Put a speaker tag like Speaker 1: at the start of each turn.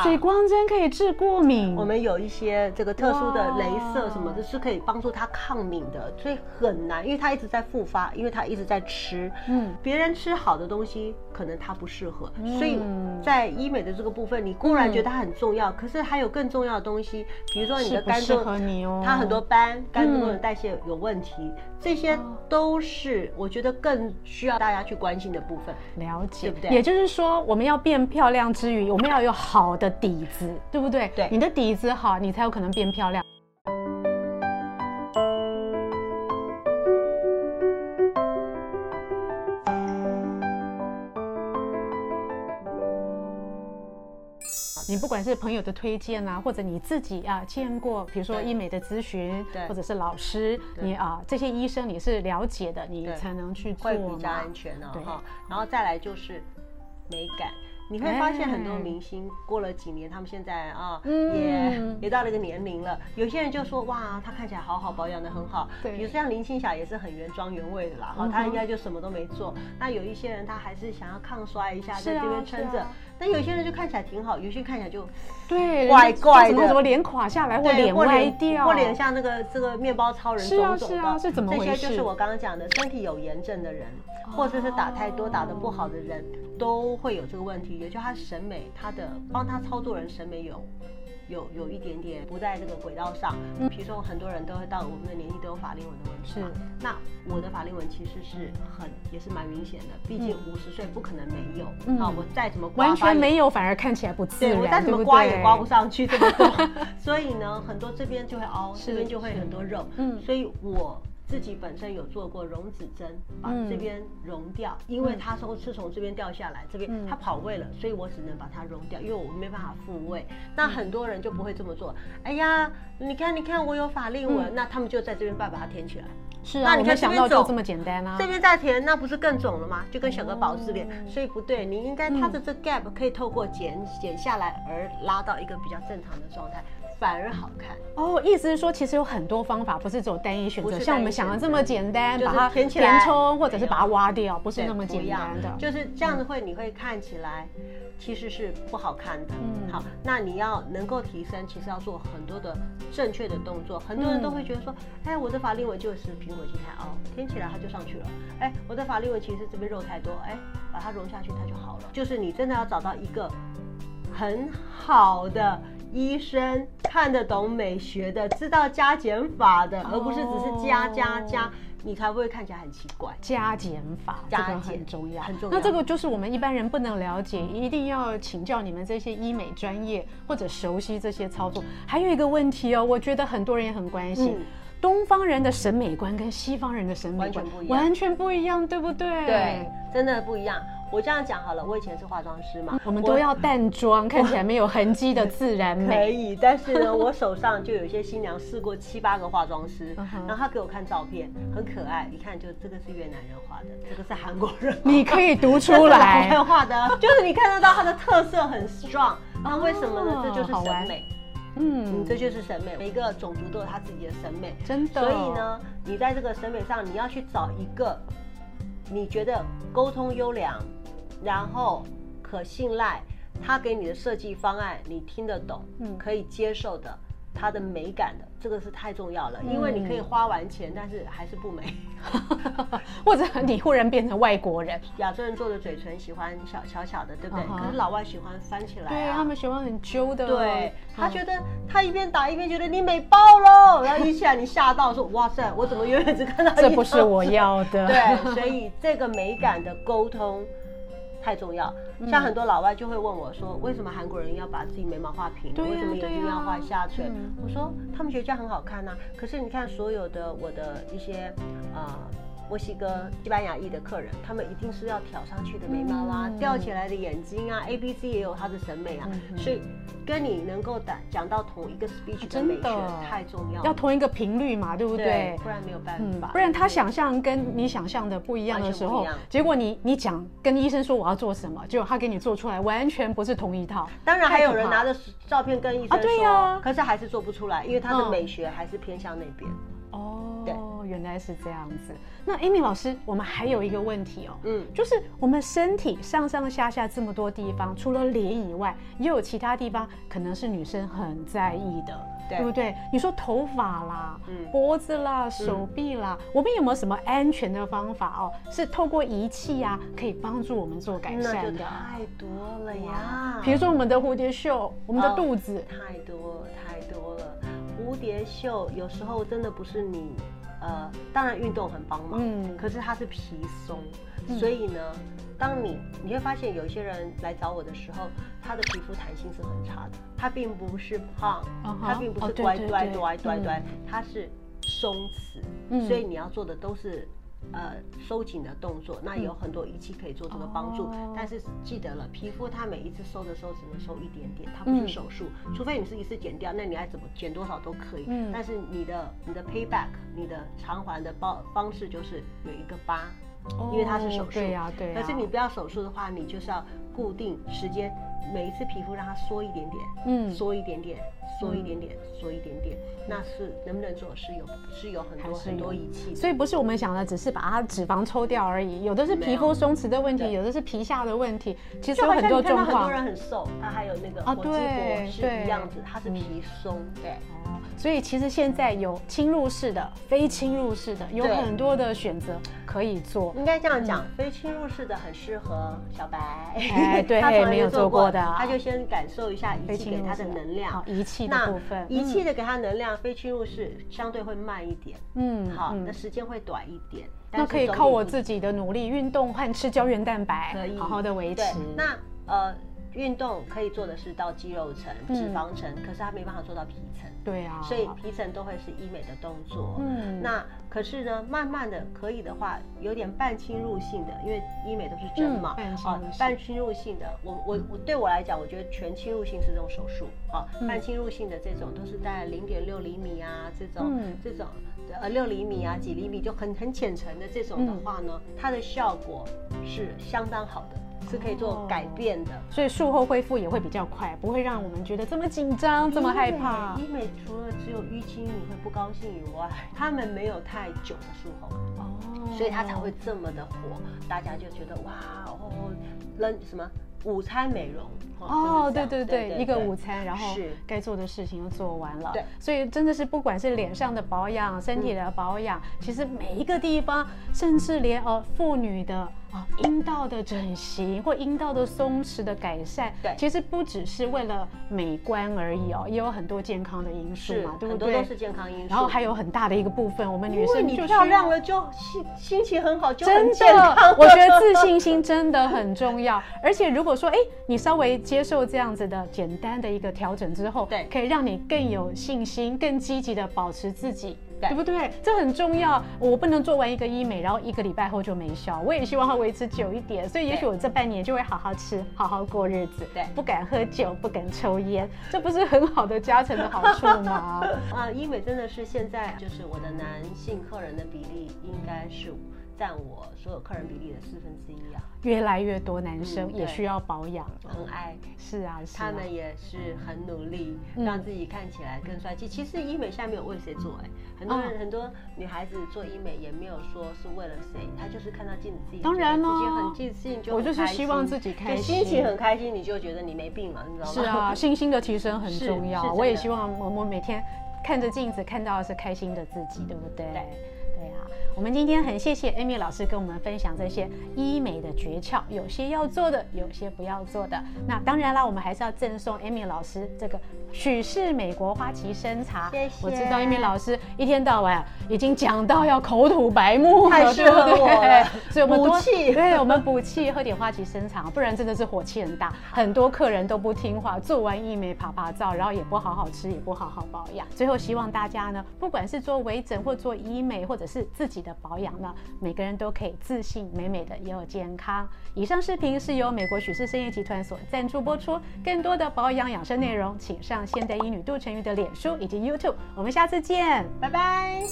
Speaker 1: 水光针可以治过敏，
Speaker 2: 啊我们有一些这个特殊的
Speaker 1: 嗯哇
Speaker 2: 镭射什么的，是可以帮助他抗敏的，所以很难，因为他一直在复发，因为他一直在吃。
Speaker 1: 嗯，
Speaker 2: 别人吃好的东西，可能他不适合，
Speaker 1: 嗯
Speaker 2: 所以在医美的这个部分，你固然觉得它很重要，
Speaker 1: 嗯
Speaker 2: 可是还有更重要的东西，比如说你
Speaker 1: 是
Speaker 2: 的
Speaker 1: 不
Speaker 2: 肝
Speaker 1: 适
Speaker 2: 脏
Speaker 1: 合你哦。
Speaker 2: 哦它很多斑、肝功能代谢有问题，这些
Speaker 1: 哦
Speaker 2: 都是我觉得更需要大家去关心的部分。
Speaker 1: 了解，
Speaker 2: 对不对
Speaker 1: 也就是说，我们要变漂亮之余，我们要有好的底子，对不对？
Speaker 2: 对
Speaker 1: 你的底子好，你才有可能变漂亮。你不管是朋友的推荐啊，或者你自己啊见过，比如说
Speaker 2: 对
Speaker 1: 医美的咨询，
Speaker 2: 对
Speaker 1: 或者是老师，
Speaker 2: 对
Speaker 1: 你啊这些医生你是了解的，你
Speaker 2: 对
Speaker 1: 才能去做
Speaker 2: 会比较
Speaker 1: 嘛
Speaker 2: 安全哦
Speaker 1: 对
Speaker 2: 哈。然后再来就是美感，你会发现很多
Speaker 1: 哎
Speaker 2: 明星过了几年，他们现在啊、
Speaker 1: 嗯
Speaker 2: 也也到了一个年龄了，有些人就说哇，他看起来好好，保养的很好。
Speaker 1: 对
Speaker 2: 比如像林青霞也是很原装原味的啦，哈、
Speaker 1: 嗯哼
Speaker 2: 她应该就什么都没做。那有一些人他还是想要抗衰一下，
Speaker 1: 是啊
Speaker 2: 在这边撑
Speaker 1: 是
Speaker 2: 着
Speaker 1: 啊。
Speaker 2: 那、有些人就看起来挺好，有些人看起来就
Speaker 1: 对，
Speaker 2: 怪
Speaker 1: 人家
Speaker 2: 怪
Speaker 1: 怎么
Speaker 2: 的
Speaker 1: 怎么脸垮下来，或
Speaker 2: 对
Speaker 1: 脸歪掉，
Speaker 2: 或脸像那个这个面包超人
Speaker 1: 是啊
Speaker 2: 肿肿
Speaker 1: 是
Speaker 2: 的，
Speaker 1: 啊是怎么回
Speaker 2: 这些就
Speaker 1: 事
Speaker 2: 是我刚刚讲的，身体有炎症的人，或者是打太多打的不好的人，都会有这个问题，也就他审美，他的帮他操作人审美有。有有一点点不在这个轨道上，比如说很多人都会到我们的年纪都有法令纹的问题嘛
Speaker 1: 嗯是，
Speaker 2: 那我的法令纹其实是很也是蛮明显的，毕竟五十岁不可能没有，
Speaker 1: 嗯
Speaker 2: 啊，我再怎么刮
Speaker 1: 完
Speaker 2: 发
Speaker 1: 全
Speaker 2: 也
Speaker 1: 没有，反而看起来不自
Speaker 2: 对
Speaker 1: 然，
Speaker 2: 我再怎
Speaker 1: 对
Speaker 2: 么
Speaker 1: 不
Speaker 2: 刮也刮不
Speaker 1: 对
Speaker 2: 上去这么 多，所以呢，很多这边就会凹，
Speaker 1: 是
Speaker 2: 这边就会很多肉。
Speaker 1: 嗯
Speaker 2: 所以我自己本身有做过溶脂针，把
Speaker 1: 嗯
Speaker 2: 这边溶掉，因为
Speaker 1: 嗯
Speaker 2: 它从是从这边掉下来，这边
Speaker 1: 嗯
Speaker 2: 它跑位了，所以我只能把它溶掉，因为我没办法复位。
Speaker 1: 嗯
Speaker 2: 那很多人就不会这么做。哎呀，你看，你看，我有法令
Speaker 1: 嗯
Speaker 2: 纹，那他们就在这边把把它填起来。
Speaker 1: 是
Speaker 2: 那
Speaker 1: 啊，
Speaker 2: 你
Speaker 1: 我
Speaker 2: 看
Speaker 1: 没想
Speaker 2: 这
Speaker 1: 到
Speaker 2: 边
Speaker 1: 就
Speaker 2: 走
Speaker 1: 这么简单啊嗯
Speaker 2: 这。边再填，那不是更肿了吗？就跟小个宝似的，
Speaker 1: 哦
Speaker 2: 所以不对，你应该它的这 gap 可以透过减减下来而拉到一个比较正常的状态，反而好看。
Speaker 1: 哦，意思是说，其实有很多方法，不是只有单一选
Speaker 2: 不
Speaker 1: 择，
Speaker 2: 是
Speaker 1: 像我
Speaker 2: 单
Speaker 1: 们
Speaker 2: 一
Speaker 1: 想的
Speaker 2: 选
Speaker 1: 这
Speaker 2: 择
Speaker 1: 么简单，
Speaker 2: 就是
Speaker 1: 把它
Speaker 2: 填起
Speaker 1: 填
Speaker 2: 来
Speaker 1: 充或者是
Speaker 2: 没
Speaker 1: 把它
Speaker 2: 有
Speaker 1: 挖掉，不是
Speaker 2: 对
Speaker 1: 那么
Speaker 2: 不
Speaker 1: 简
Speaker 2: 一样嗯
Speaker 1: 单的。
Speaker 2: 就是这样子会，你会看起来其实是不好看的。
Speaker 1: 嗯
Speaker 2: 好，那你要能够提升，其实要做很多的正确的动作。很多人都会觉得说，哎，我的法令纹就是苹果肌太凹，填起来它就上去了。哎，我的法令纹其实这边肉太多，哎，把它揉下去它就好了。就是你真的要找到一个很好的。医生看得懂美学的，知道加减法的，而不是只是加加加，你才不会看起来很奇怪。
Speaker 1: 加减法，这个
Speaker 2: 加减
Speaker 1: 很重要，
Speaker 2: 很重
Speaker 1: 那这
Speaker 2: 要嗯
Speaker 1: 个就是我们一般人不能了解，一定要请教你们这些医美专业或者熟悉这些操作。还有一个问题哦，我觉得很多人也很关心。
Speaker 2: 嗯
Speaker 1: 东方人的审美观跟西方人的审美
Speaker 2: 完
Speaker 1: 观
Speaker 2: 全不一样
Speaker 1: 完全不一样，对不对？
Speaker 2: 对，，真的不一样。我这样讲好了，我以前是化妆师嘛，
Speaker 1: 我们都要淡妆，看起来没有痕迹的自然
Speaker 2: 可
Speaker 1: 美。
Speaker 2: 以，但是呢， 我手上就有一些新娘试过七八个化妆师
Speaker 1: 嗯哼
Speaker 2: 然后她给我看照片，很可爱，一看就这个是越南人画的，这个是韩国人画的，
Speaker 1: 你可以读
Speaker 2: 这是
Speaker 1: 出
Speaker 2: 老 外
Speaker 1: 来，
Speaker 2: 画的，就是你看得到它的特色很 strong。那为什么呢？这就是
Speaker 1: 哦好玩
Speaker 2: 审美，嗯，
Speaker 1: 嗯，
Speaker 2: 这就是审美。每一个种族都有他自己的审美，
Speaker 1: 真的。
Speaker 2: 所以，呢，你在这个审美上，你要去找一个你觉得沟通优良，然后可信赖，他给你的设计方案你听得懂，
Speaker 1: 嗯
Speaker 2: 可以接受的，它的美感的，这个是太重要了。因为你可以
Speaker 1: 嗯
Speaker 2: 花完钱，但是还是不美。
Speaker 1: 或者你忽然变成外国人，
Speaker 2: 亚洲人做的嘴唇喜欢小小小的，对不对
Speaker 1: 嗯哼
Speaker 2: 可是老外喜欢翻起来、啊，
Speaker 1: 对他们喜欢很揪的，
Speaker 2: 对他
Speaker 1: 嗯
Speaker 2: 觉得他一边打一边觉得你美爆喽，然后一起来你吓到说哇塞，我怎么远远只看到
Speaker 1: 这
Speaker 2: 一
Speaker 1: 不是
Speaker 2: 张
Speaker 1: 我要的。
Speaker 2: 对，所以这个美感的沟通太重要。
Speaker 1: 嗯
Speaker 2: 像很多老外就会问我说，为什么韩国人要把自己眉毛画平？
Speaker 1: 对呀
Speaker 2: 为什么眼睛要画下
Speaker 1: 对
Speaker 2: 垂？
Speaker 1: 呀嗯
Speaker 2: 我说他们觉得这样很好看呐、啊可是你看所有的我的一些呃。墨西哥、西班牙裔的客人，他们一定是要挑上去的眉毛啊，
Speaker 1: 嗯
Speaker 2: 吊起来的眼睛啊，A B C 也有他的审美啊，所以跟你能够讲讲到同一个 speech
Speaker 1: 啊
Speaker 2: 的
Speaker 1: 真
Speaker 2: 美学
Speaker 1: 的
Speaker 2: 太重要了，
Speaker 1: 要同一个频率嘛，对不对？
Speaker 2: 不然没有办
Speaker 1: 嗯
Speaker 2: 法，，
Speaker 1: 不然他想象跟你想象的不一样的时候
Speaker 2: 完全不一样，
Speaker 1: 结果你你讲跟医生说我要做什么，结果他给你做出来完全不是同一套。
Speaker 2: 当然还有人
Speaker 1: 太可怕
Speaker 2: 拿着照片跟医生说，
Speaker 1: 啊对呀
Speaker 2: 可是还是做不出来，因为他
Speaker 1: 嗯
Speaker 2: 的美学还是偏向那边。
Speaker 1: 哦，
Speaker 2: 对
Speaker 1: 哦，原来是这样子。那 Amy 老师，我们还有一个问题哦，
Speaker 2: 嗯，
Speaker 1: 就是我们身体上上下下这么多地方，除了脸以外，也有其他地方可能是女生很在意的，
Speaker 2: 对
Speaker 1: 不对？你说头发啦、
Speaker 2: 嗯
Speaker 1: 脖子啦、手臂啦，我们有没有什么安全的方法哦？是透过仪器啊，可以帮助我们做改
Speaker 2: 那
Speaker 1: 善的？
Speaker 2: 就太多了呀。
Speaker 1: 比如说我们的蝴蝶袖，我们的
Speaker 2: 哦
Speaker 1: 肚子，
Speaker 2: 太多太多了。蝴蝶袖有时候真的不是你，呃，当然运动很帮忙，
Speaker 1: 嗯
Speaker 2: 可是它是皮松，
Speaker 1: 嗯
Speaker 2: 所以呢，当你你会发现有一些人来找我的时候，他的皮肤弹性是很差的，他并不是胖，
Speaker 1: 嗯哼
Speaker 2: 他并不
Speaker 1: 哦
Speaker 2: 是
Speaker 1: 对
Speaker 2: 乖
Speaker 1: 对
Speaker 2: 乖
Speaker 1: 对
Speaker 2: 乖乖
Speaker 1: 嗯
Speaker 2: 乖，他是松弛，
Speaker 1: 嗯
Speaker 2: 所以你要做的都是。呃，收紧的动作，那有很多仪器可以做这个帮助，
Speaker 1: 嗯哦
Speaker 2: 但是记得了，皮肤它每一次收的时候只能收一点点，它不是
Speaker 1: 嗯
Speaker 2: 手术，除非你是一次剪掉，那你爱怎么剪多少都可以。
Speaker 1: 嗯
Speaker 2: 但是你的你的 payback，你的偿还的方方式就是有一个疤，因为它是手
Speaker 1: 哦
Speaker 2: 术。
Speaker 1: 对呀、对呀、
Speaker 2: 可是你不要手术的话，你就是要固定时间，每一次皮肤让它缩一点点，
Speaker 1: 嗯
Speaker 2: 缩一点点，缩一点点，缩一点点，那是能不能做是有是有很多
Speaker 1: 还是
Speaker 2: 很
Speaker 1: 有
Speaker 2: 多仪器的。
Speaker 1: 所以不是我们想的，只是把它脂肪抽掉而已。有的是皮肤松弛的问题，
Speaker 2: 对
Speaker 1: 有的是皮下的问题，其实
Speaker 2: 就
Speaker 1: 有
Speaker 2: 好
Speaker 1: 很
Speaker 2: 像
Speaker 1: 多
Speaker 2: 你看
Speaker 1: 状
Speaker 2: 到很多
Speaker 1: 况。
Speaker 2: 人很瘦，他还有那个
Speaker 1: 啊
Speaker 2: 火鸡
Speaker 1: 对
Speaker 2: 婆是
Speaker 1: 对
Speaker 2: 一样子，它是
Speaker 1: 嗯
Speaker 2: 皮松，对。
Speaker 1: 哦所以其实现在有侵入式的、非侵入式的，有
Speaker 2: 对嗯
Speaker 1: 很多的选择可以做。
Speaker 2: 应该这样讲，非侵入式的很适合小白，
Speaker 1: 嗯哎对
Speaker 2: 他从来
Speaker 1: 没有做
Speaker 2: 做
Speaker 1: 过
Speaker 2: 过
Speaker 1: 的
Speaker 2: 他就先感受一下
Speaker 1: 非
Speaker 2: 仪器
Speaker 1: 侵入
Speaker 2: 给他
Speaker 1: 式
Speaker 2: 的能量
Speaker 1: 好，仪器的
Speaker 2: 那
Speaker 1: 部分，
Speaker 2: 仪器的给他能量，非侵入式相对会慢一点，
Speaker 1: 嗯，嗯
Speaker 2: 好，
Speaker 1: 嗯
Speaker 2: 那时间会短一点，但
Speaker 1: 那
Speaker 2: 是
Speaker 1: 可以
Speaker 2: 总
Speaker 1: 靠
Speaker 2: 比
Speaker 1: 我
Speaker 2: 你
Speaker 1: 自己的努力、运动和吃胶原蛋白
Speaker 2: 可以，
Speaker 1: 好好的维持
Speaker 2: 对。，那呃，运动可以做的是到肌肉层、脂
Speaker 1: 嗯
Speaker 2: 肪层，可是他没办法做到皮层，
Speaker 1: 对啊，
Speaker 2: 所以皮层都会是医美的动作，
Speaker 1: 嗯
Speaker 2: 那可是呢，慢慢的可以的话，有点半侵入性的，因为医美都是针嘛，啊
Speaker 1: 嗯半侵入性
Speaker 2: 半侵入性的，我我我对我来讲，我觉得全侵入性是这种手术啊，
Speaker 1: 嗯
Speaker 2: 半侵入性的这种都是在零点六厘米啊，这种、
Speaker 1: 嗯
Speaker 2: 这种呃六厘米啊几厘米就很很浅层的这种的
Speaker 1: 嗯
Speaker 2: 话呢，它的效果是相当好的，是可以做改变的。
Speaker 1: 所以术后恢复也会比较快，不会让我们觉得这么紧张、这么害怕
Speaker 2: 医。美医美除了只有淤青你会不高兴以外，他们没有太久的术后。
Speaker 1: 哦
Speaker 2: 所以它才会这么的火，大家就觉得哇哦，扔什么午餐美容
Speaker 1: 哦，
Speaker 2: 就是这
Speaker 1: 对
Speaker 2: 样
Speaker 1: 对对，一个午餐，然后
Speaker 2: 是
Speaker 1: 该做的事情又做完了。
Speaker 2: 对，嗯
Speaker 1: 所以真的是不管是脸上的保养、身体的保养，其实每一个地方，甚至连呃妇女的啊阴道的整形或阴道的松弛的改善，
Speaker 2: 对
Speaker 1: 其实不只是为了美观而已哦，也有很多健康的因素
Speaker 2: 是
Speaker 1: 嘛，对不
Speaker 2: 很多都
Speaker 1: 对
Speaker 2: 是？健康因素。
Speaker 1: 然后还有很大的一个部分，我们女
Speaker 2: 因为
Speaker 1: 生
Speaker 2: 你
Speaker 1: 就
Speaker 2: 漂
Speaker 1: 需
Speaker 2: 亮
Speaker 1: 要
Speaker 2: 了就心心情很好，就
Speaker 1: 真
Speaker 2: 很
Speaker 1: 的
Speaker 2: 健康。，
Speaker 1: 我觉得自信心真的很重要。而且如果说，哎，你稍微接受这样子的简单的一个调整之后，
Speaker 2: 对
Speaker 1: 可以让你更有信心、更积极的保持自己。
Speaker 2: 对
Speaker 1: 对不对？这很重要。我不能做完一个医美，然后一个礼拜后就没效。我也希望它维持久一点，所以也许
Speaker 2: 对
Speaker 1: 我这半年就会好好吃，好好过日子。
Speaker 2: 对
Speaker 1: 不敢喝酒，不敢抽烟，这不是很好的加成的好处 吗？
Speaker 2: 啊，医美真的是现在就是我的男性客人的比例应该是占我所有客人比例的四分之一啊，
Speaker 1: 越来越多男生
Speaker 2: 嗯
Speaker 1: 也
Speaker 2: 对
Speaker 1: 需要保养。
Speaker 2: 很爱。
Speaker 1: 是啊，是啊。
Speaker 2: 他们也是很努力，
Speaker 1: 嗯
Speaker 2: 让自己看起来更帅气。其实医美现在没有为谁做、哎，很多
Speaker 1: 哦
Speaker 2: 人、很多女孩子做医美也没有说是为了谁，她就是看到镜子自己，
Speaker 1: 当然
Speaker 2: 自己
Speaker 1: 咯
Speaker 2: 很自信，就
Speaker 1: 我
Speaker 2: 很
Speaker 1: 就是
Speaker 2: 开心
Speaker 1: 希望自己开
Speaker 2: 对
Speaker 1: 心
Speaker 2: 心情很开心，你就觉得你没病了，你知道吗？
Speaker 1: 是 啊，，信心的提升很
Speaker 2: 是
Speaker 1: 重
Speaker 2: 是
Speaker 1: 要。
Speaker 2: 真
Speaker 1: 我也
Speaker 2: 的
Speaker 1: 希望我们每天看着镜子，看到的是开心的自己，对不对？
Speaker 2: 对
Speaker 1: 对啊，我们今天很谢谢 Amy 老师跟我们分享这些医美的诀窍，有些要做的，有些不要做的。那当然啦，我们还是要赠送 Amy 老师这个许氏美国花旗参茶。
Speaker 2: 谢谢
Speaker 1: 我知道 Amy 老师一天到晚已经讲到要口吐白沫了，
Speaker 2: 太适合
Speaker 1: 对不对
Speaker 2: 我了
Speaker 1: 所以我们多
Speaker 2: 补气
Speaker 1: 对我们补气，喝点花旗参茶，不然真的是火气很大。很多客人都不听话，做完医美啪啪照，然后也不好好吃，也不好好保养。最后希望大家呢，不管是做微整或做医美，或者是自己的保养呢，每个人都可以自信美美的，也有健康。以上视频是由美国许氏商业集团所赞助播出。更多的保养养生内容，请上现代医女杜成瑜的脸书以及 YouTube。我们下次见。
Speaker 2: 拜拜。